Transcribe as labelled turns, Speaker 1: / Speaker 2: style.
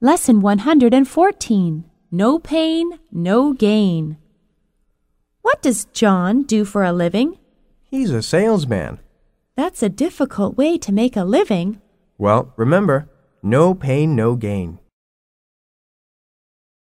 Speaker 1: Lesson 114 No Pain, No Gain. What does John do for a living?
Speaker 2: He's a salesman.
Speaker 1: That's a difficult way to make a living.
Speaker 2: Well, remember, no pain, no gain.